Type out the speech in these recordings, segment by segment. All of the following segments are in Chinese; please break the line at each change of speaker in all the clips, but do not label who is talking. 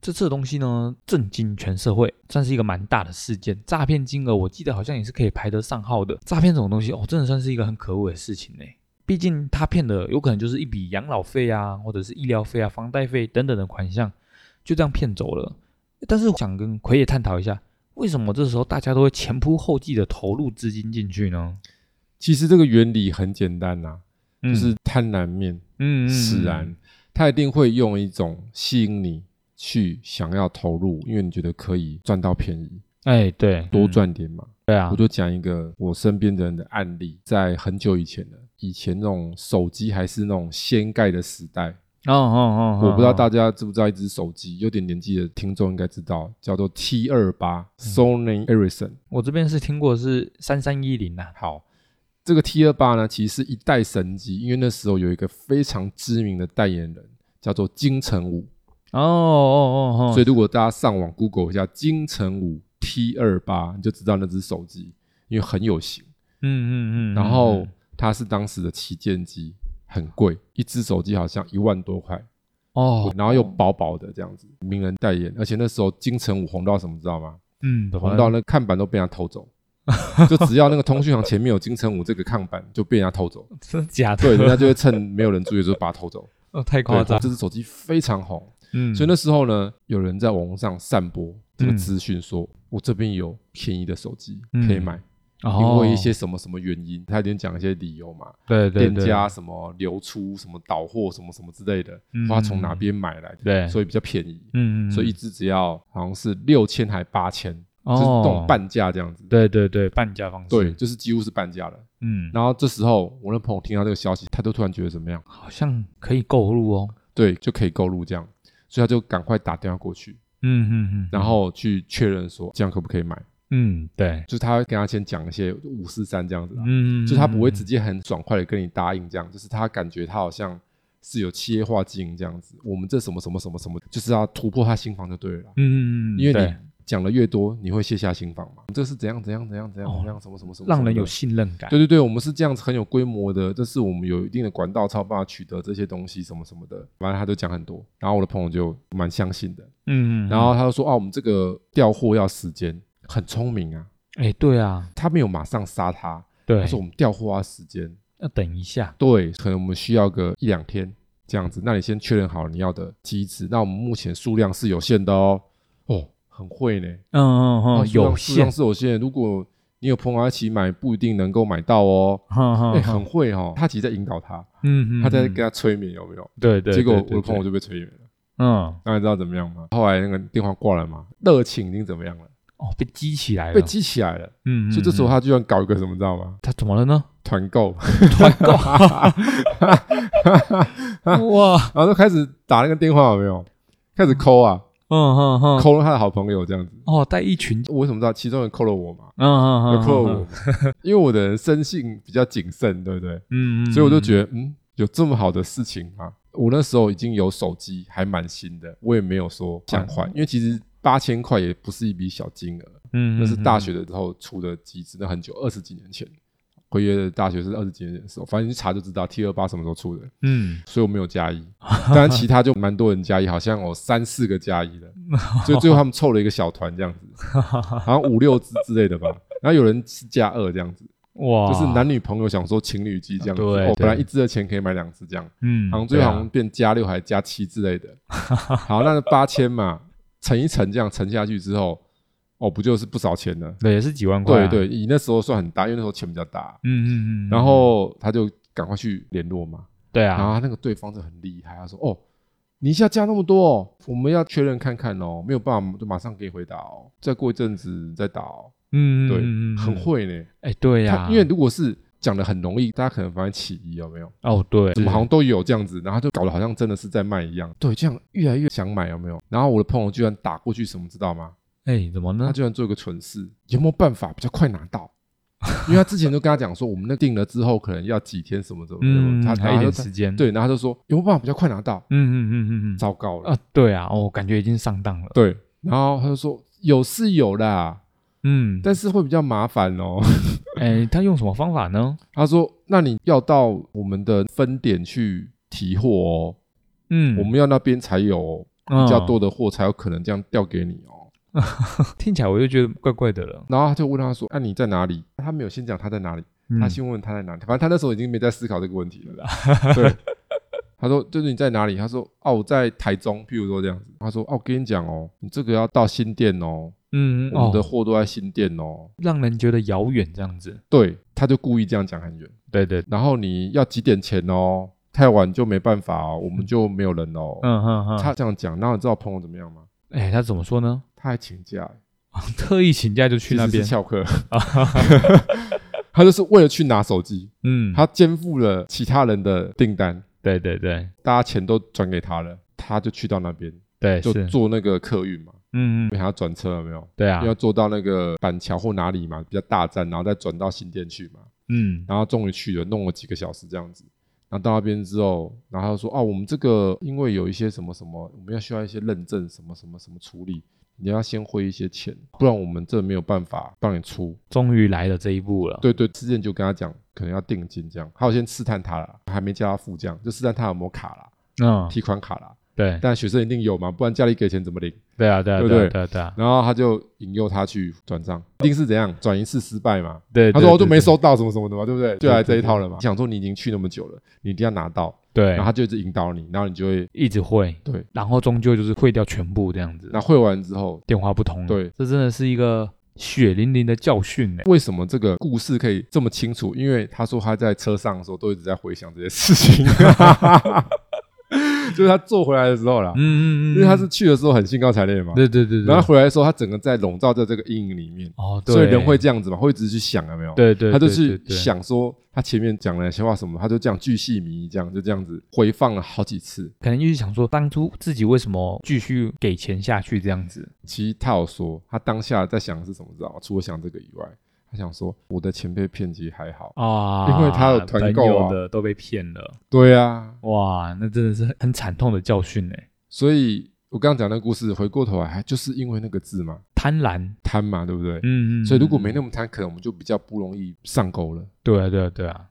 这次的东西呢，震惊全社会，算是一个蛮大的事件。诈骗金额我记得好像也是可以排得上号的。诈骗这种东西哦，真的算是一个很可恶的事情呢。毕竟他骗的有可能就是一笔养老费啊，或者是医疗费啊、房贷费等等的款项，就这样骗走了。但是我想跟奎也探讨一下，为什么这时候大家都会前仆后继的投入资金进去呢？
其实这个原理很简单呐、
嗯
就是贪婪面
嗯嗯嗯
使然，他一定会用一种吸引你去想要投入，因为你觉得可以赚到便宜，
哎，对，
多
嗯、
赚点嘛。
对啊
我，就讲一个我身边的人的案例，在很久以前的，以前那种手机还是那种掀盖的时代，
哦哦哦，
我不知道
哦
大家知不知道一只手机，有点年纪的听众应该知道，叫做 T 二八
嗯
Sony Ericsson。
我这边是听过是三三一零啊呐，
好，这个 T 二八呢，其实是一代神机，因为那时候有一个非常知名的代言人叫做金城武，
哦哦哦哦，
所以如果大家上网 Google 一下金城武 T 二八，你就知道那只手机，因为很有型。
嗯嗯嗯，
然
嗯
后
嗯
它是当时的旗舰机，很贵，一只手机好像一万多块，
哦，
然后又薄薄的这样子，名人代言，而且那时候金城武红到什么，知道吗？
嗯，怎么
红到那看板都被人家 偷走，就只要那个通讯行前面有金城武这个看板，就被人家偷走。
真的假的？
对，人家就会趁没有人注意的时候把它偷走。
哦， 太
对
夸，张，
这只手机非常红，
嗯，
所以
那
那时候呢，有人在网络上散播这个
嗯
资讯说，我这边有便宜的手机
嗯
可以买，因为一些什么什么原因，他一定讲一些理由嘛。
哦对对
店
对
家什么流出、什么倒货、什么什么之类的，
嗯
花从哪边买来的，
对，
所以比较便宜，
嗯嗯，嗯
所以一只只要好像是六千还八千，就是
哦，
这种，半价这样子。
对对对，半价方式，
对，，就是几乎是半价了。
嗯，
然后这时候我那朋友听到这个消息，他就突然觉得怎么样？
好像可以购入哦，
对，就可以购入这样，所以他就赶快打电话过去，
嗯嗯嗯，
然后去确认说这样可不可以买。
嗯对，
就是他会跟他先讲一些五四三这样子啦，
嗯，
就是他不会直
嗯
接很爽快的跟你答应这样，就是他感觉他好像是有企业化经营这样子，我们这什么什么什么什么，就是要突破他心房就对了啦，
嗯嗯嗯，
因为
对
你讲的越多，你会卸下心房嘛，这是怎样怎样怎样怎样怎样什么什么什么，
哦让人有
什么
信任感
的。，对对对，我们是这样子很有规模的，这是我们有一定的管道，才有办法取得这些东西什么什么的。反正他就讲很多，然后我的朋友就蛮相信的，
嗯，嗯嗯
然后他就说啊，我们这个调货要时间，很聪明啊，
哎，对啊，
他没有马上杀他，
对
他，说我们调货要时间，
要等一下，
对，可能我们需要个一两天这样子。那你先确认好你要的机制。那我们目前数量是有限的哦。哦，很会呢，
嗯嗯
哦
嗯，
数量
有
数量
限，
是有限的。如果你有朋友要一起买，不一定能够买到哦。
哈哈，
哎、
哈
很会哦，他其实在引导他，
嗯嗯嗯，
他在
嗯
跟他催眠，有没有？
对对，
结果
对
我的朋友，就被催眠了。
对对嗯，
那你知道怎么样吗？后来那个电话挂了嘛，热情已经怎么样了？
哦，被激起来了，
被激起来了。
嗯，嗯，
所以这时候
嗯
他居然搞一个什么，知道吗？
他怎么了呢？
团 购，
团购，
啊
哇，
然后就开始打那个电话，有没有？开始抠啊，
嗯哼哼，
扣了他的好朋友这样子。
哦，带一群，
我为什么知道其中人扣了我嘛？
嗯嗯
有
嗯，
扣 了
嗯
我，，因为我的人生性比较谨慎，对不对？
嗯嗯，
所以我
得，
就觉得，嗯，有这么好的事情吗？我那时候已经有手机，还蛮新的，我也没有说想换，因为其实八千块也不是一笔小金额，
嗯，
那是大
学，
学的时候出的机制，那很久，二十几年前，回约的大学是二十几年前的时候，反正你去查就知道 T 二八什么时候出的，
嗯，
所以我没有加一，当然其他就蛮多人加一，好像有三四个加 一的，所以最后他们凑了一个小团这样子，好像五六只之类的吧。然后有人是加二这样子，
哇，啊
就是，男女朋友想说情侣机这样子，
对
哦，
对
本来一只的钱可以买两只这样，
嗯，
好像最后好像变加六还加七之类的。好，那八千嘛，乘一乘这样乘下去之后，哦，不就是不少钱呢？
对啊，对，也是几万块
对
啊，
对，以那时候算很大，因为那时候钱比较大。
嗯，嗯嗯嗯，
然后他就赶快去联络嘛，
对
然后
啊，
他那个对方就很厉害，他说：“哦，你一下加那么多、哦，我们要确认看看哦，没有办法就马上给你回答哦，再过一阵子再打哦。
嗯，嗯
对，
嗯嗯
很，会呢。
哎，对呀
他，因为如果是讲的很容易，大家可能反而起疑有没有？
哦，对，
怎么好像都有这样子，然后就搞得好像真的是在卖一样。对，这样越来越想买有没有？然后我的朋友居然打过去，什么知道吗？
哎，怎么
他
呢？
居然做一个蠢事，有没有办法比较快 拿到？因为他之前就跟他讲说，我们那定了之后可能要几天什么什么的，
嗯，
他
还
他
有一
就
点时间，，
对，然后他就说有没有办法比较快拿到？
嗯嗯嗯嗯
糟糕
嗯，
了。
啊，对啊，哦，感觉已经上当了，
对，然后他就说有是有啦，
嗯，
但是会比较麻烦哦。
哎，他用什么方法呢？
他说那你要到我们的分点去提货哦，
嗯，
我们要那边才有哦。比较多的货才有可能这样调给你哦。
听起来我就觉得怪怪的了。
然后他就问他说：“啊，你在哪里？”他没有先讲他在哪里，
嗯
他先问他在哪里。反正他那时候已经没在思考这个问题 了啦。对，他说：“就是你在哪里？”他说：“哦、我在台中。”譬如说这样子，他说：“哦、我跟你讲哦，你这个要到新店哦，
嗯
我们的
哦，
货都在新店哦。
让人觉得遥远这样子。
对，他就故意这样讲很远。
对对，
然后你要几点前哦？太晚就没办法哦，我们就没有人哦。
嗯哼哼，
他这样讲，然后你知道朋友怎么样吗？
哎，他怎么说 呢？
他还请假，
特意请假就去
其
那
实
边哦
是。翘课。 他就是为了去拿手机，
嗯，
他肩负了其他人的订单，
对对对
大家钱都转给他了，他就去到那边，
对，，
就是坐那个客运嘛，
嗯
因
嗯，
为还要转车，有没有？
对啊，
要坐到那个板桥或哪里嘛，比较大站，然后再转到新店去嘛，
嗯
然后终于去了，弄了几个小时这样子。然后到那边之后，然后他说：“哦，我们这个因为有一些什么什么，我们要需要一些认证，什么什么什么处理，你要先汇一些钱，不然我们这没有办法帮你出。”
终于来了这一步了。
对对，之前就跟他讲，可能要定金这样，还有先试探他啦，还没叫他付这样，就试探他有没有卡啦，
嗯，
提款卡啦。
对
但学生一定有嘛，不然家里给钱怎么领？
对啊，对啊，
对
对
对
啊对啊对啊，
然后他就引诱他去转账，一定是怎样转一次失败嘛？
对。
他
对
说哦我就
对
没收到什么什么的嘛，对不对？就来这一套了嘛
对。
想说你已经去那么久了，你一定要拿到，
对，
然后他就一直引导你，然后你就会
一直会，
对。
然后终究就是会掉全部这样子，
那汇完之后，
电话不通了。
对
这真的是一个血淋淋的教训呢。哎
为什么这个故事可以这么清楚？因为他说他在车上的时候都一直在回想这些事情， 就是他坐回来的时候啦。
嗯嗯嗯，
因为他是去的时候很兴高采烈嘛，
对对对对，
然后他回来的时候，他整个在笼罩在这个阴影里面，
哦，对，
所以人会这样子嘛，会一直去想，有没有？，
对对，
他就
对
去，
对对
想说他前面讲了些话什么，他就这样巨细靡遗，这样就这样子回放了好几次。
可能就是想说，当初自己为什么继续给钱下去这样子？
其实他有说，他当下在想的是什么，知道吗？除了想这个以外，他想说我的钱被骗其实还好，
啊，
因为他有团购
朋
啊
友的都被骗了，
对啊，
哇，那真的是很惨痛的教训欸呢。
所以我刚刚讲那个故事，回过头来还就是因为那个字嘛，
贪婪，
贪嘛，对不对？
嗯嗯，
所以如果
嗯
没那么贪，可能我们就比较不容易上钩了。
对啊对啊对啊，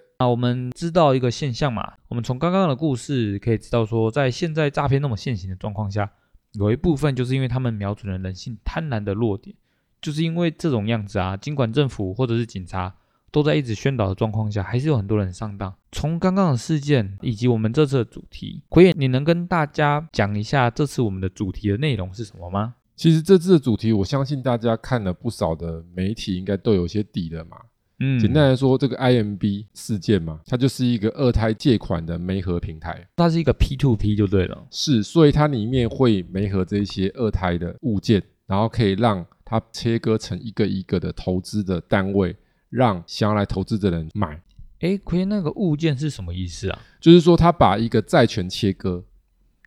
那啊我们知道一个现象嘛，我们从刚刚的故事可以知道说，在现在诈骗那么现行的状况下，有一部分就是因为他们瞄准了人性贪婪的弱点，就是因为这种样子啊，尽管政府或者是警察都在一直宣导的状况下，还是有很多人上当。从刚刚的事件以及我们这次的主题，奎爷，你能跟大家讲一下这次我们的主题的内容是什么吗？
其实这次的主题，我相信大家看了不少的媒体，应该都有一些底了嘛。
嗯，
简单，来说，这个 IMB 事件嘛，它就是一个二胎借款的媒合平台，
它是一个 P to P 就对了。
是，所以它里面会媒合这些二胎的物件，然后可以让它切割成一个一个的投资的单位，让想要来投资的人买。
诶，奎爷，那个物件是什么意思啊？
就是说，它把一个债权切割，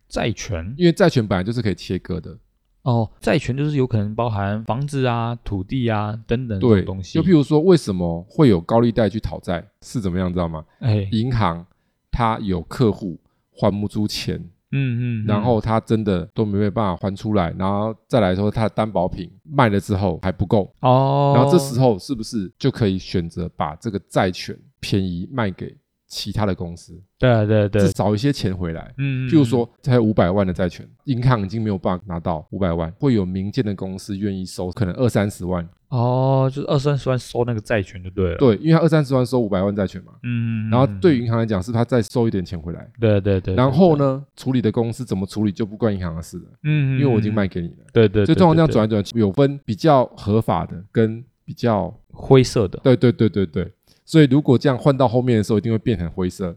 债权。
因为债权本来就是可以切割的，
哦，债权就是有可能包含房子啊、土地啊等等这
对
种东。西。
就譬如说，为什么会有高利贷去讨债，是怎么样，知道吗？
哎，
银行它有客户还不出钱，
嗯嗯，嗯
然后他真的都没办法还出来，然后再来说他的担保品卖了之后还不够，
哦，
然后这时候是不是就可以选择把这个债权便宜卖给其他的公司，
对啊对对
至，少一些钱回来？
嗯，嗯
譬如说，才五百万的债权，银行已经没有办法拿到五百万，会有民间的公司愿意收，可能二三十万，
嗯哦，就是二三十万收那个债权就对了。，
对，因为他二三十万收五百万债权嘛，
嗯，嗯
然后
嗯
对银行来讲是他再收一点钱回来，
对啊对对，
然后
对，
呢，处理的公司怎么处理就不关银行的事了，
对嗯，嗯
因为我已
嗯
经，卖给你了。
对对，
所以通常这样
对
转来转去，有分比较合法的跟比较，
对灰色的，
对对对对对。所以如果这样换到后面的时候，一定会变很灰色。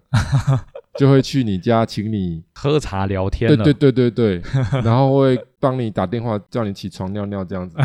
就会去你家请你，
喝茶聊天
对
了，
对对对对，然后会帮你打电话叫你起床尿尿 这样子，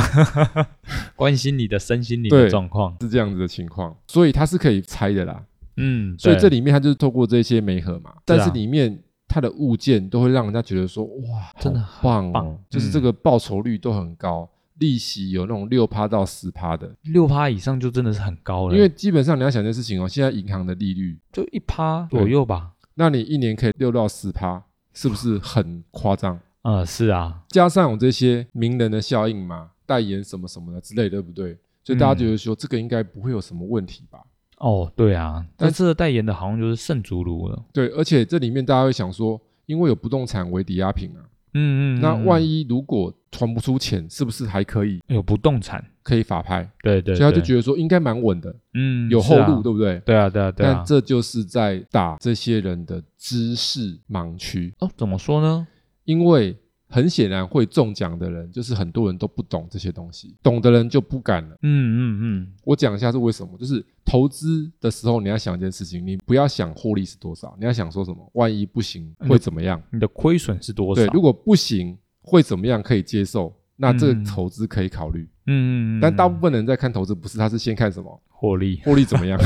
关心你的身心灵的
对
状况。
是这样子的情况，所以它是可以拆的啦。
嗯，
所以
对
这里面它就是透过这些媒合嘛，但
是
是
啊
里面它的物件都会让人家觉得说，哇，
真的
好棒哦，
棒嗯
就是这个报酬率都很高，利息有那种六趴到十趴的，
六趴以上就真的是很高了，
因为基本上你要想一件事情哦，现在银行的利率，
就一趴左右吧。
那你一年可以六到十趴，是不是很夸张？
嗯，是啊，
加上有这些名人的效应嘛，代言什么什么的之类，对不对？所以大家觉得说、这个应该不会有什么问题吧？
哦，对啊，
但
这次的代言的好像就是圣竹炉了。
对，而且这里面大家会想说，因为有不动产为抵押品啊，
嗯嗯，
那
嗯
万一如果传不出钱，是不是还可以
有不动产，
可以法拍？
对对，
所以他就
对
觉得说应该蛮稳的，
嗯
有后路，
的。
对不对？
对啊对啊对啊
但。这就是在打这些人的知识盲区，
哦，怎么说呢？
因为很显然会中奖的人，就是很多人都不懂这些东西，懂的人就不敢了。
嗯嗯
我讲一下是为什么，就是投资的时候你要想一件事情，你不要想获利是多少，你要想说什么，万一不行
嗯
会怎么样？
嗯，你的亏损是多少？
对，如果不行会怎么样可以接受，那这
嗯
个投资可以考虑。
嗯嗯嗯，
但大
嗯
部分人在看投资，不是他是先看什么
获利，
获利怎 么样，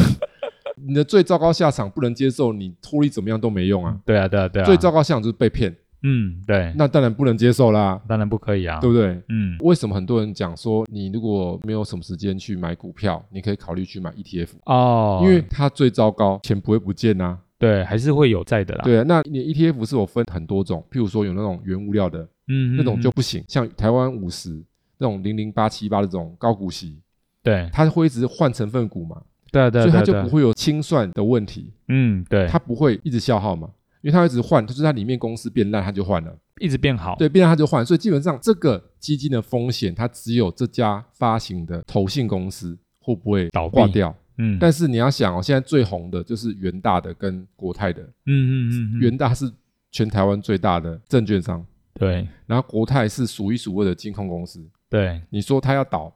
你的最糟糕下场不能接受，你获利怎么样都没用啊。
对啊对啊对啊，
最糟糕下场就是被骗，
嗯对，
那当然不能接受啦，
当然不可以啊，
对不对？
嗯
为什么很多人讲说，你如果没有什么时间去买股票，你可以考虑去买 ETF，
哦，
因为它最糟糕，钱不会不见啊。
对还是会有在的啦，
对啊，那你 ETF 是有分很多种，譬如说有那种原物料的
嗯，嗯
那种
嗯
就不行，像台湾五十那种零零八七八这种高股息，
对
它会一直换成分股嘛，
对啊对啊，
所以它
对
就
啊
不，会有清算的问题，
嗯对，
它不会一直消耗嘛，因为它会一直换，就是它里面公司变烂，它就换了。
一直变好，
对，变成他就换，所以基本上这个基金的风险，它只有这家发行的投信公司会不会
倒闭
挂掉。
嗯，
但是你要想哦，现在最红的就是元大的跟国泰的，
嗯嗯嗯嗯，
元大是全台湾最大的证券商，
对
然后国泰是数一数二的金控公司。
对，
你说它要倒，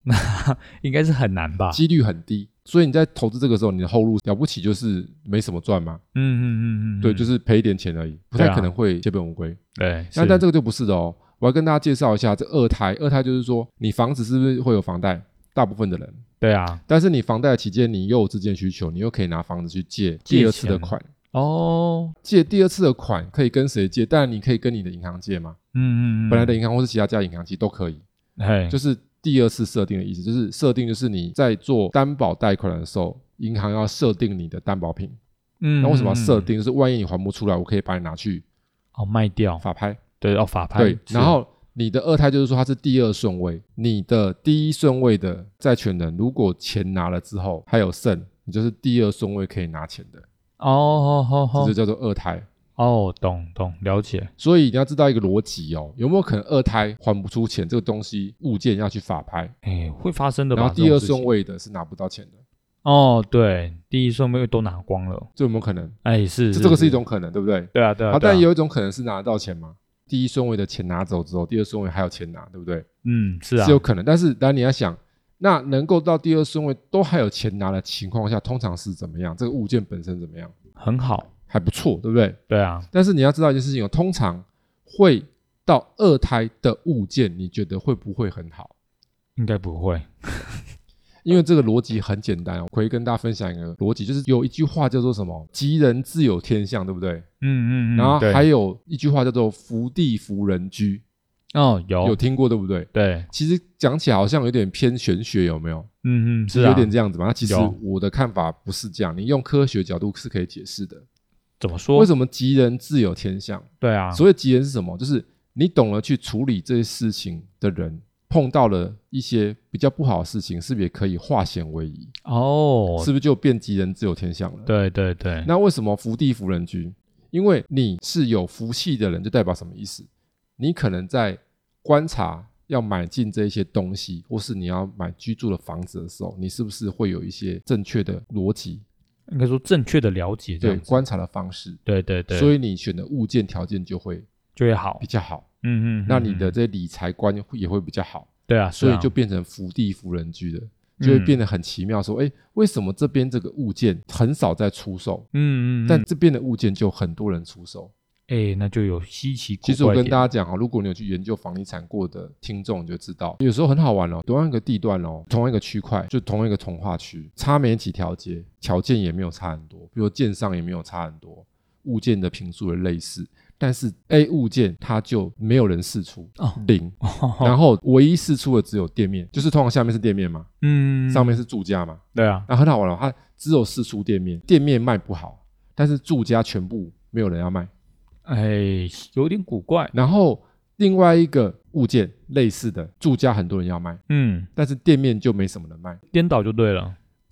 应该是很难吧？
几率很低，所以你在投资这个时候，你的后路了不起就是没什么赚嘛，
嗯嗯嗯嗯，
对，就是是赔一点钱而已，不
对
太
啊
可能会血本无归。
对，
那
是
但这个就不是的哦。我要跟大家介绍一下这二胎，二胎就是说你房子是不是会有房贷？大部分的人，
对啊，
但是你房贷的期间你又有资金需求，你又可以拿房子去借
借
第二次的
钱
款，
哦，
借第二次的款可以跟谁借？当然你可以跟你的银行借嘛，
嗯嗯嗯，嗯
本来的银行或是其他家银行其实都可以，
嘿，
就是第二次设定的意思，就是设定就是你在做担保贷款的时候，银行要设定你的担保品。
嗯，
那为什么要设
嗯？嗯
定？就是万一你还不出来，我可以把你拿去
哦，卖掉，
法拍。
对，哦，法拍，
对，
是
然后你的二胎就是说它是第二顺位，你的第一顺位的债权人，如果钱拿了之后还有剩，你就是第二顺位可以拿钱的，
哦哦哦
这就
哦
叫做二胎。
哦，懂懂了解，
所以你要知道一个逻辑哦，有没有可能二胎还不出钱这个东西物件要去法拍，
哎，会发生的吧？
然后
这
第
种
二
事
顺
情，
位的是拿不到钱的，
哦，对，第一顺位都拿光了，
这有没有可能？
哎，是，
这这个是一
是，
种可能，对不对？
对啊对啊，
好，
对啊
但也有一种可能是拿得到钱嘛。第一顺位的钱拿走之后，第二顺位还有钱拿，对不对？
嗯，是啊
是，有可能。但是啊当然你要想，那能够到第二顺位都还有钱拿的情况下，通常是怎么样？这个物件本身怎么样？
很好，
还不错，对不对？
对啊，
但是你要知道一件事情哦，通常会到二胎的物件，你觉得会不会很好？
应该不会，
因为这个逻辑很简单哦，我可以跟大家分享一个逻辑，就是有一句话叫做什么“吉人自有天相”，对不对？
嗯嗯嗯，
然后
对
还有一句话叫做“福地福人居
哦”，有
有听过对不对？
对，
其实讲起来好像有点偏玄学，有没有？
嗯嗯，
是
是啊，
有点这样子嘛。那其实
有
我的看法不是这样，你用科学角度是可以解释的。
怎么说？
为什么吉人自有天相？
对啊，
所谓吉人是什么？就是你懂得去处理这些事情的人，碰到了一些比较不好的事情，是不是也可以化险为夷？
哦，
是不是就变吉人自有天相了？。
对对对，
那为什么福地福人居？因为你是有福气的人，就代表什么意思？你可能在观察要买进这一些东西，或是你要买居住的房子的时候，你是不是会有一些正确的逻辑？
应该说正确的了解这
对
样子，
观察的方式，
对对对，
所
以
以你选的物件条件就会
就会好
比，较好，
嗯嗯，
那你
嗯
的
嗯
这些理财观也会比较好，
对啊，是嗯
所以
啊
就变成福地福人居的。就会变得很奇妙，说，哎、为什么这边这个物件很少在出售，
嗯嗯，
但这边的物件就很多人出售？
哎、那就有稀奇古
其实我
怪
跟大
点。
家讲哦，如果你有去研究房地产过的听众，你就知道，有时候很好玩哦。同样一个地段哦，同样一个区块，就同样一个从化区，差没几条街，条件也没有差很多，比如建商也没有差很多，物件的平数也类似，但是 A 物件它就没有人试出，
哦
零，然后唯一试出的只有店面，就是通常下面是店面嘛，
嗯，
上面是住家嘛，
对啊，
那很好玩哦，它只有试出店面，店面卖不好，但是住家全部没有人要卖。
哎、有点古怪。
然后另外一个物件类似的，住家很多人要卖，
嗯，
但是店面就没什么人卖
颠倒就对了，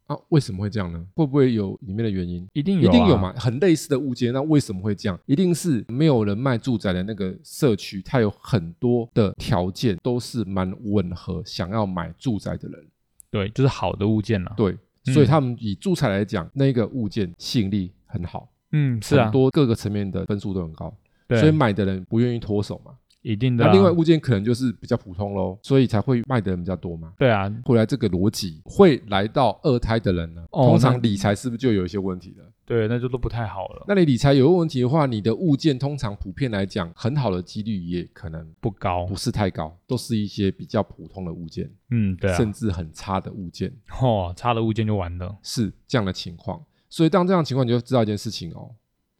啊？为什么会这样呢？会不会有里面的原因？
一定
一
有、啊，
定有？嘛，很类似的物件，那为什么会这样？一定是没有人卖住宅的那个社区，它有很多的条件都是蛮吻合想要买住宅的人，
对，就是好的物件啦。
对，
嗯
所以他们以住宅来讲，那个物件吸引力很好，
嗯，是啊
很，多各个层面的分数都很高，
对，
所以买的人不愿意脱手嘛。
一定的、
那
啊。
另外物件可能就是比较普通喽，所以才会卖的人比较多嘛。
对啊，
回来这个逻辑，会来到二胎的人呢，
哦
通
那
常理财是不是就有一些问题了？
对，那就都不太好了，
那你理财有问题的话，你的物件通常普遍来讲，很好的几率也可能
不高
不。是太高，都是一些比较普通的物件，
嗯，对啊，
甚至很差的物件，
哦，差的物件就完了。
是这样的情况。所以当这样的情况，你就知道一件事情哦，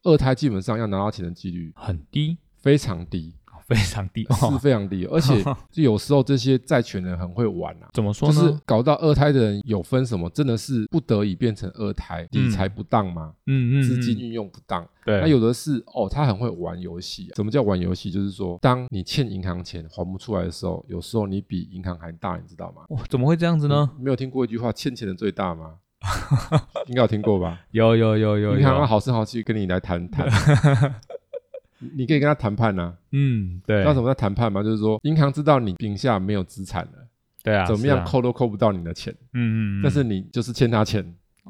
二胎基本上要拿到钱的几率
很低，
非常低，
非常低。
是
哦、
非常低，而 且就有时候这些债权人很会玩啊。
怎么说
就
呢？
是搞到二胎的人有分什么，真的是不得已变成二胎，理财不当嘛，
嗯嗯，
资金
嗯
运用不当。
对，
那有的是哦，他很会玩游戏、啊。什么叫玩游戏？就是说，当你欠银行钱还不出来的时候，有时候你比银行还大，你知道吗？
哇，怎么会这样子呢？
没有听过一句话“欠钱的最 大”吗？应该有听过吧？
有有有有
银行啊要
有，
好声好气跟你 来谈谈，你你可以跟他谈判呐、啊。
嗯，对
知，道什么叫谈判吗？就是说，银行知道你名下没有资产了，
对啊，
怎么
是
样
啊？
扣都扣不到你的钱，
嗯嗯，嗯
但是你就是欠他钱。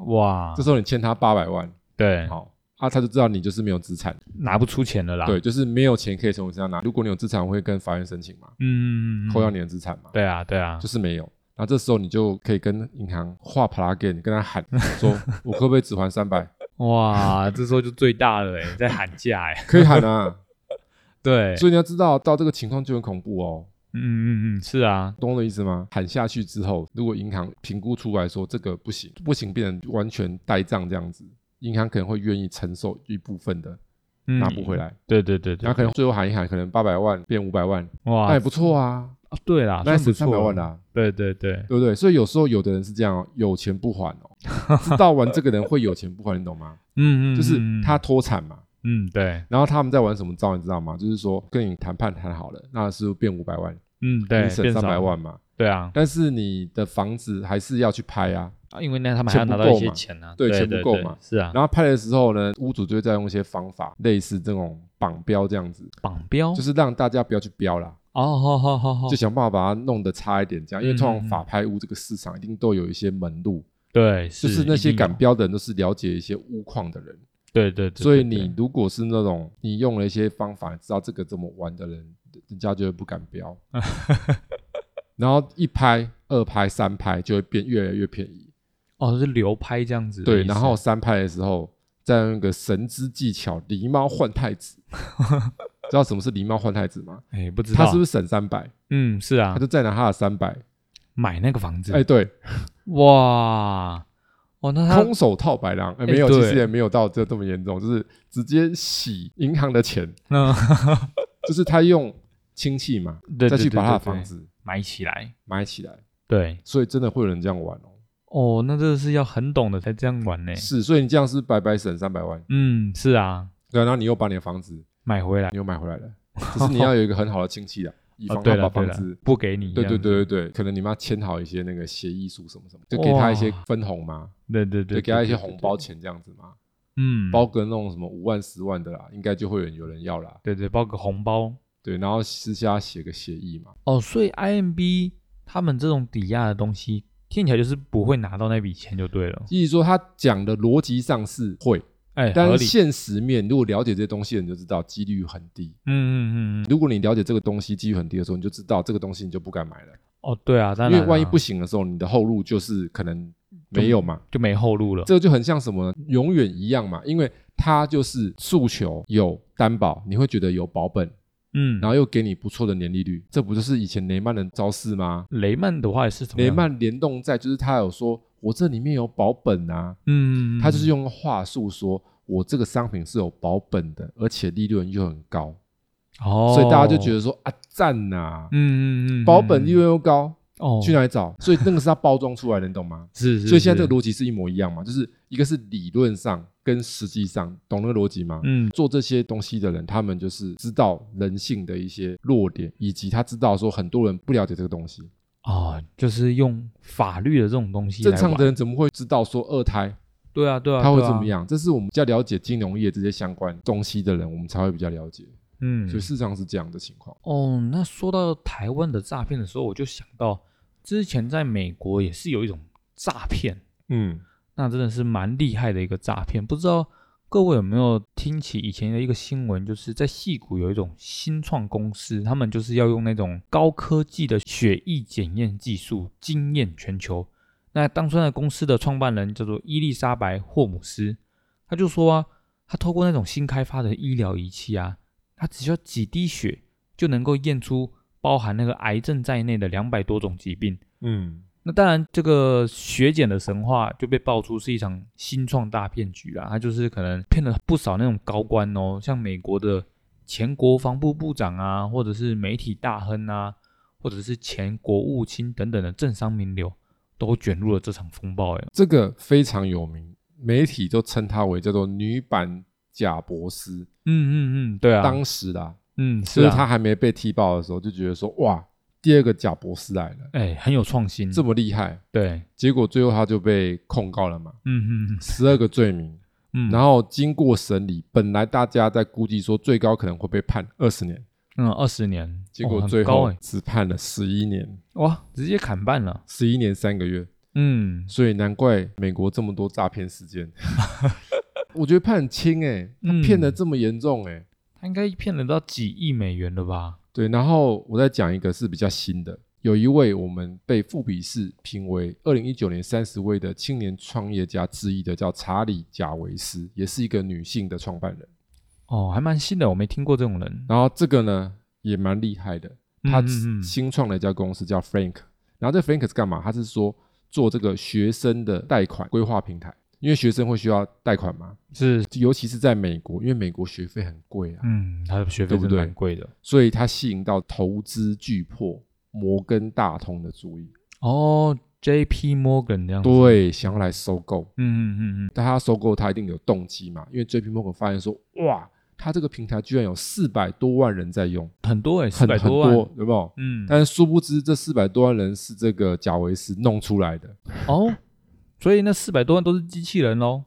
哇
这，时候你欠他八百万，
对，
好啊，他就知道你就是没有资产，
拿不出钱了啦。，
对，就是没有钱可以从我身上拿。如果你有资产，我会跟法院申请嘛，
嗯嗯嗯，
扣掉
你。
你的资产嘛，
对啊，对啊
就，是没有。然后这时候你就可以跟银行画 plug，跟他喊 说，我可不可以只还三百？
哇，这时候就最大了 哎，在喊价哎，
可以欸喊啊。
对，
所以你要知道，到这个情况就很恐怖哦，
嗯嗯嗯，是啊，
懂我的意思吗？喊下去之后，如果银行评估出来说这个不行，不行，变成完全呆账这样子，银行可能会愿意承受一部分的
嗯
拿不回来，
对对对
然
对
后，可能最后喊一喊，可能八百万变五百万，那
哇
也，不错啊，
啊对啦，算
那
不
省三百
错啊
万，啊啦，
对对对，
对不对？所以有时候有的人是这样哦，有钱不还哦， 知道玩这个人会有钱不还，你懂吗？
嗯嗯，
就是
嗯
他，脱产嘛，
嗯对，
然后他们在玩什么招，你知道吗？就是说跟你谈判谈好了，那是不是变五百万，
嗯对，
你省
变
三
少
百
了，
万嘛，
对啊，
但是你的房子还是要去拍啊，
啊因为那他们还要
钱不
拿到
够
一些
嘛
钱啊，
对
对
钱不够
对
嘛
是啊，
然后拍的时候呢，屋主就会再用一些方法，类似这种绑标这样子，
绑标
就，是让大家不要去标啦。
哦，好好好好
就，想办法把它弄得差一点，这样，因为通
嗯嗯嗯
常法拍屋这个市场一定都有一些门路，
对，
就是那些
一定
敢
有，
标的人都是了解一些屋况的人，
对对对，
所以
对对
你如果是那种你用了一些方法，知道这个怎么玩的人，人家就会不敢 标，然后一拍、二拍、三拍就会变越来越便宜，
哦是流拍这样子的意
对，
思，
然后三拍的时候再用一个神之技巧狸猫换太子， 知道什么是狸猫换太子吗？
哎不知
他
道，
是不是省三百？
嗯是啊
他，就再拿他的三百，
买那个房子
哎，，对。
哇，哦那他
空手套白狼，
哎
呃没有，
对
其实也没有到这这么严重，就是直接洗银行的钱，
那
就是他用亲戚嘛，
对
再
对
去
对
把他的
对
房
对
子
买起来，
买起来，
对。
所以真的会有人这样玩哦。
哦，那这是要很懂的才这样玩呢。
是，所以你这样是白白省三百万，
嗯，是啊，
对，然后你又把你的房子
买回来。
你又买回来了，只是你要有一个很好的亲戚啊，以
啊哦，
防
对
他
了
把
对
房
了
子。，
不给你。
对对，对对对，可能你们要签好一些那个协议书什么什么，就给
哇
他一些分红嘛，
对对
就
对，
给他
对
一些
对
红
对
包钱这样子嘛，
嗯，
包个那种什么五万十万的啦，应该就会有人有人要啦。
对对包个红包。
对，然后私下写个协议嘛，
哦，所以 IMB 他们这种抵押的东西，听起来就是不会拿到那笔钱就对了。
意思说他讲的逻辑上是会，
哎，合
但
理
是。现实面如果了解这些东西，你就知道几率很低。
嗯嗯嗯嗯。
如果你了解这个东西几率很低的时候，你就知道这个东西你就不敢买了。
哦，对啊，当
因
然
为
啊
万一不行的时候，你的后路就是可能没有嘛。
就没后路了。
这个就很像什么呢？永远一样嘛，因为它就是诉求有担保，你会觉得有保本，
嗯，
然后又给你不错的年利率，这不就是以前雷曼的招式吗？
雷曼的话也是怎么
雷
样，
曼联动债就是他有说，我这里面有保本啊，
嗯，
他就是用话术说我这个商品是有保本的，而且利润又很高，
哦，
所以大家就觉得说啊赞呐、
嗯，嗯嗯嗯，
保本利润又高，
哦，
去哪里找？所以那个是他包装出来的，你懂吗？
是是，
所以现在这
是
个逻辑是一模一样嘛，就是一个是理论上跟实际上，懂那个逻辑吗？
嗯
做这些东西的人，他们就是知道人性的一些弱点，以及他知道说很多人不了解这个东西。
哦，就是用法律的这种东西
正
来
常
玩
的人怎么会知道说二胎
对啊对啊，
他会
对啊
怎么？样？这是我们比较了解金融业这些相关东西的人，我们才会比较了解。
嗯，
所以市场是这样的情况。
哦，那说到台湾的诈骗的时候，我就想到之前在美国也是有一种诈骗，
嗯，
那真的是蛮厉害的一个诈骗。不知道各位有没有听起以前的一个新闻，就是在戏谷有一种新创公司，他们就是要用那种高科技的血液检验技术惊艳全球。那当初那公司的创办人叫做伊丽莎白·霍姆斯，他就说啊，他透过那种新开发的医疗仪器啊，他只需要几滴血就能够验出包含那个癌症在内的两百多种疾病。
嗯，
那当然，这个血检的神话就被爆出是一场新创大骗局啦。他就是可能骗了不少那种高官哦，像美国的前国防部部长啊，或者是媒体大亨啊，或者是前国务卿等等的政商名流，都卷入了这场风暴。哎，
这个非常有名，媒体都称它为叫做女版贾博斯。
嗯嗯嗯，对啊，
当时啦，
嗯
就是是
啊，
他还没被踢爆的时候，就觉得说哇，第二个贾博士来了，
哎很有创新，
这么厉害。
对，
结果最后他就被控告了嘛，
嗯嗯
十二个罪名，
嗯，
然
后
后经过审理，本来大家在估计说最高可能会被判二十年，
嗯二十年，
结
哦
果
很
最
高
后
哎
只判了十一年，
哇，直接砍半了，
十一年三个月，
嗯
所以难怪美国这么多诈骗事 件。我觉得判很轻哎、
嗯，
骗的这么严重哎、
他应该骗得到几亿美元了吧？
对，然后我再讲一个是比较新的，有一位我们被富比士评为二零一九年三十位的青年创业家之一的，叫查理·贾维斯，也是一个女性的创办人。
哦，还蛮新的，我没听过这种人。
然后这个呢也蛮厉害的，他
嗯嗯嗯
新创了一家公司叫 Frank，然后这 Frank 是干嘛？他是说做这个学生的贷款规划平台，因为学生会需要贷款嘛，
是，
尤其是在美国，因为美国学费很贵啊，
嗯，他的学费
对不
真的
对
蛮贵的。
所以他吸引到投资巨破摩根大通的注意。
哦，J.P. Morgan 这样子。
对，想要来收购，
嗯嗯嗯嗯，
但他收购他一定有动机嘛，因为 JP Morgan 发现说，哇，他这个平台居然有四百多万人在用，
很多哎，四
很
百
很
多万。
有没有？
嗯，
但殊不知，这四百多万人是这个贾维斯弄出来的，
哦，所以那四百多万都是机器人喽。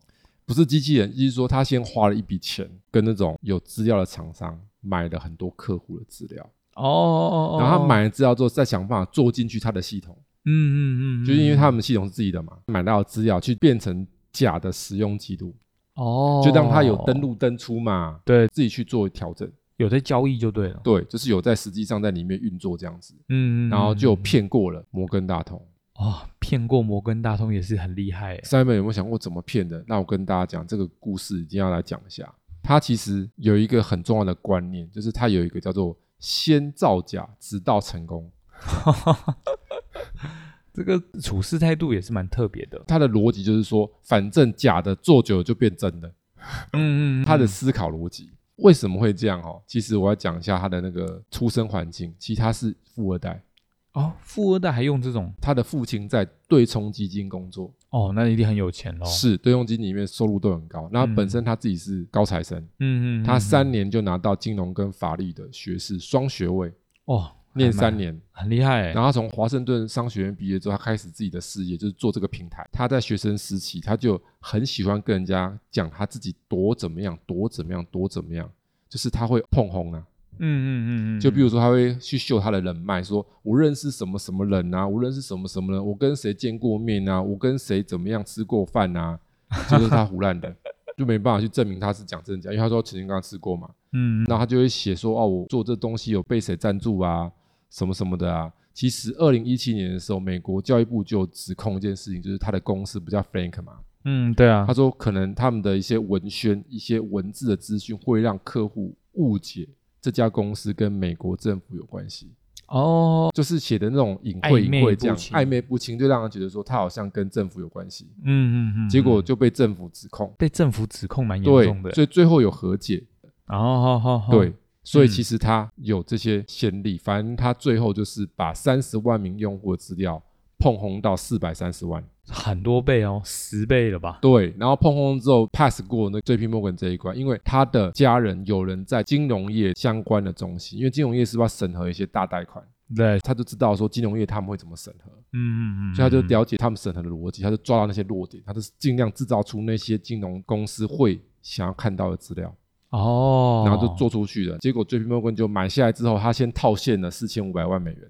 不是机器人，就是说他先花了一笔钱跟那种有资料的厂商买了很多客户的资料，
哦哦哦，
然后他
哦，
买了资料之后，再想办法做进去他的系统，
嗯嗯嗯，
就是因为
嗯
他们系统是自己的嘛，买到的资料去变成假的使用记录，
哦，
就让他有登，录登出嘛，
对，
自己去做调整。
有在交易就对了。
对，就是有在实际上在里面运作这样子，
嗯，嗯
然后
嗯
就有
嗯
骗过了摩根大通。
哦，骗过摩根大通也是很厉害欸。
Simon 有没有想过怎么骗的？那我跟大家讲这个故事，一定要来讲一下。它其实有一个很重要的观念，就是它有一个叫做“先造假，直到成功
这个处事态度也是蛮特别的”。。
它的逻辑就是说，反正假的做久了就变真的。
嗯嗯，嗯
他的思考逻辑为什么会这样？哦，其实我要讲一下他的那个出生环境。其实他是富二代，
哦，富二代还用这种
他的父亲在对冲基金工作，
哦，那一定很有钱喽。
是对冲基金里面收入都很高。那
嗯
本身他自己是高材生，
嗯嗯，嗯
他
嗯
三年就拿到金融跟法律的学士双学位，
哦，
念
还蛮
三年。
很厉害欸。
然后他从华盛顿商学院毕业之后，他开始自己的事业，就是做这个平台。他在学生时期，他就很喜欢跟人家讲他自己多怎么样，多怎么样，多怎么样，就是他会碰红啊。
嗯嗯嗯嗯，
就比如说，他会去秀他的人脉，说我认识什么什么人啊，我认识什么什么人，我跟谁见过面啊，我跟谁怎么样吃过饭啊，就是他胡乱的，就没办法去证明他是讲真的假，因为他说曾经跟他吃过嘛，
嗯，嗯
然后他就会写说哦，我做这东西有被谁赞助啊，什么什么的啊，其实二零一七年的时候，美国教育部就指控一件事情，就是他的公司不叫 Frank 嘛，
嗯，对啊
他，说可能他们的一些文宣、一些文字的资讯会让客户误解这家公司跟美国政府有关系，
哦，
就是写的那种隐晦
暧昧
隐晦这样
不清
暧昧不清，就让人觉得说他好像跟政府有关系，
嗯嗯嗯，
结果
嗯
就被政府指控。
被政府指控蛮严
对
重的，，
所以最后有和解，
哦，好好好，
对，，所以
嗯
其实他有这些先例，反正他最后就是把三十万名用户的资料碰红到四百三十万，
很多倍哦，十倍了吧？
对，然后碰红之后 pass 过那 JP Morgan 这一关，因为他的家人有人在金融业相关的中心，因为金融业是要审核一些大贷款，
对，
他就知道说金融业他们会怎么审核，
嗯嗯嗯，
所以他就
嗯，
了解他们审核的逻辑，他就抓到那些弱点，他就是尽量制造出那些金融公司会想要看到的资料。
哦，
然后就做出去了。结果 JP Morgan 就买下来之后，他先套现了四千五百万美元，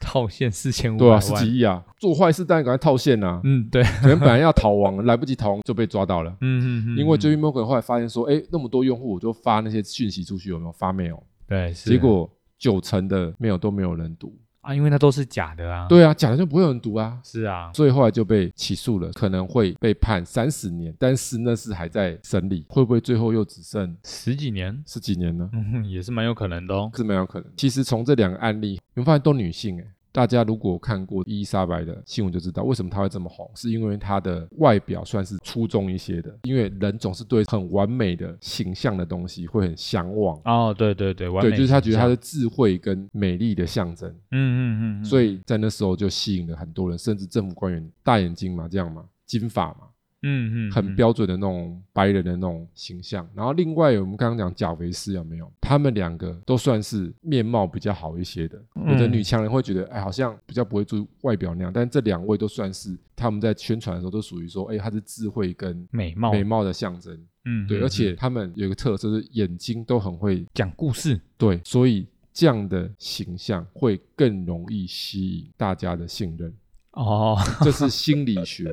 套现四千五百
对
万，，
啊，十几亿啊！做坏事当然赶快套现啊
嗯，对，
可能本来要逃亡，来不及逃亡就被抓到了。
嗯嗯嗯，
因为
就
JP Morgan 后来发现说，哎，那么多用户，我就发那些讯息出去，有没有发 mail？
对，是
结果九成的 mail 都没有人读。
啊，因为那都是假的啊，，
对啊，假的就不会有人读啊。
是啊，
所以后来就被起诉了，可能会被判三十年，但是那是还在审理，会不会最后又只剩
十几年，
十几年呢？
嗯哼，也是蛮有可能的哦，
是蛮有可能。其实从这两个案例，你会发现都女性哎、大家如果看过伊丽莎白的新闻就知道，为什么她会这么红，是因为她的外表算是出众一些的。因为人总是对很完美的形象的东西会很向往，
哦，对对对，完
对，
美
就是她觉得她
形象
是智慧跟美丽的象征，
嗯嗯嗯嗯，
所
以
以在那时候就吸引了很多人，甚至政府官员大眼睛嘛，这样嘛，金发嘛，
嗯嗯
很，标准的那种白人的那种形象。然后另外我们刚刚讲贾维斯有没有？他们两个都算是面貌比较好一些的。
嗯
有的女强人会觉得，哎，好像比较不会注意外表那样，但这两位都算是他们在宣传的时候都属于说，哎，她是智慧跟
美貌，
美貌的象征。
嗯，
对，
嗯
而且他们有一个特色，就是眼睛都很会
讲故事，
对，所以这样的形象会更容易吸引大家的信任。
哦，
这是心理学。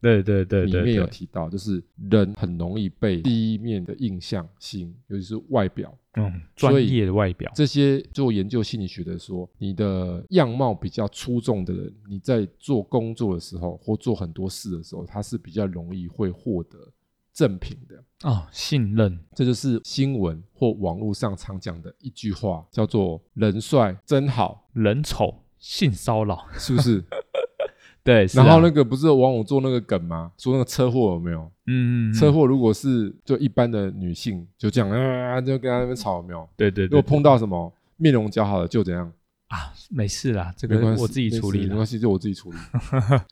对对 对
里
对，
面有
对
提到，就是人很容易被第一面的印象吸引，尤其是外表。
嗯，
所
专
以
业的外表，
这些做研究心理学的说，你的样貌比较出众的人，你在做工作的时候或做很多事的时候，他是比较容易会获得正品的。
哦，信任，
这就是新闻或网络上常讲的一句话，叫做“人帅真好
人丑性骚 扰，”，
是不是？
对，是
然后
啊
那，个不是有网友做那个梗吗？说那个车祸有没有？
嗯，嗯嗯
车祸如果是就一般的女性，就这样啊，就跟她那边吵，有没有？
对对
如果
对，
碰到什么面容姣好的，就怎样？
啊，没事啦，这
没
个
关系，
我自己处理
没事没
了
关，系，就我自 己处理。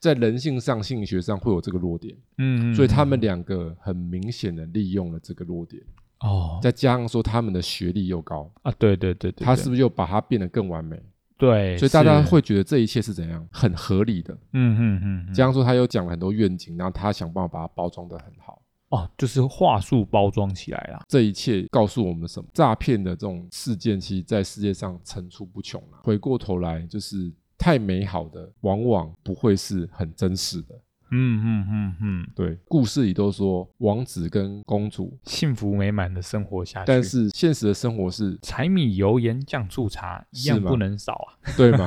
在人性上、心理学上会有这个弱点，
嗯，嗯
所以他
嗯
们两个很明显的利用了这个弱点，
哦
再加上说他们的学历又高，
啊，对对对对，
他
对
是不是又把它变得更完美？
对，
所以大家
是，
会觉得这一切是怎样很合理的。
嗯嗯嗯嗯，
加上说他又讲了很多愿景，然后他想办法把它包装的很好。
哦，就是话术包装起来啦。
这一切告诉我们什么？诈骗的这种事件，其实在世界上层出不穷了、回过头来，就是太美好的，往往不会是很真实的。
嗯嗯嗯嗯，
对，故事里都说王子跟公主，
幸福美满的生活下去，
但是现实的生活是
柴米油盐酱醋茶一
是
样
吗
不能少啊。
对吗？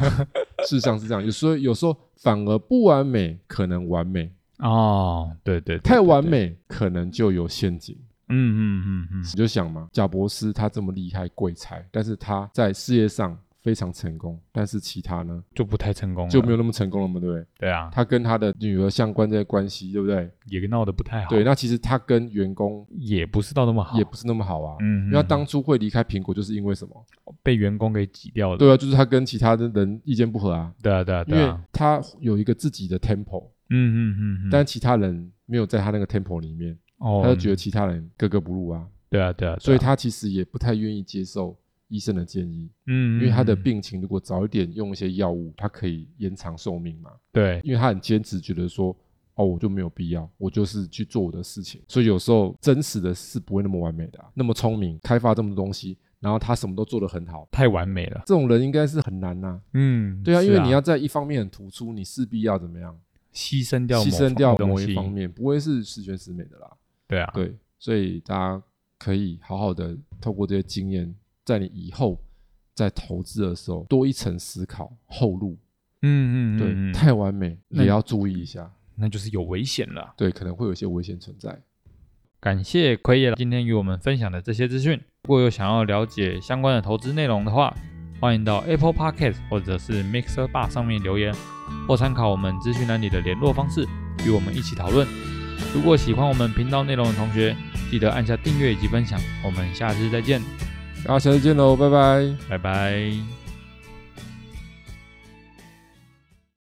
事实上是这样，有时候有时候反而不完美可能完美，
哦，对对，对
太
对
完
对
美可能就有陷阱。
嗯嗯嗯嗯，
你就想嘛，贾博斯他这么厉害鬼才，但是他在事业上非常成功，但是其他呢
就不太成功了，
就没有那么成功了嘛，对不对？
对啊，
他跟他的女儿相关这些关系，对不对？
也闹得不太好，
对，，那其实他跟员工
也不是到那么好，
也不是那么好啊。
嗯，嗯，
因为他
嗯
当初会离开苹果，就是因为什么？
被员工给挤掉的，
对啊，就是他跟其他的人意见不合啊，
对啊对啊
因
对
为
啊，
他有一个自己的 tempo，
嗯嗯嗯嗯，
但其他人没有在他那个 tempo 里面，
哦
他就觉得其他人格格不入啊，
对啊对啊，对啊
所以他其实也不太愿意接受医生的建议，
嗯，
因为他的
嗯嗯
病情如果早一点用一些药物，他可以延长寿命嘛。
对
因为他很坚持，觉得说，哦，我就没有必要，我就是去做我的事情。所以有时候真实的是不会那么完美的啊、那么聪明，开发这么多东西，然后他什么都做得很好，
太完美了，
这种人应该是很难呐、
嗯，
对啊，
是
因为你要在一方面很突出，你势必要怎么样，
牺牲掉
牺
某
牲
方
掉
东
某一
西
方，面，不会是十全十美的啦。
对啊，
对，所以大家可以好好的透过这些经验，在你以后在投资的时候多一层思考后路，
嗯嗯，
对，
嗯嗯
太完美
那
也要注意一下，
那就是有危险了。
对，可能会有一些危险存在。
感谢奎爷今天与我们分享的这些资讯。如果有想要了解相关的投资内容的话，欢迎到 Apple Podcast 或者是 Mixer Bar 上面留言，或参考我们资讯栏里的联络方式，与我们一起讨论。如果喜欢我们频道内容的同学，记得按下订阅以及分享。我们下次再见，
好，下次见喽，拜拜。
拜拜。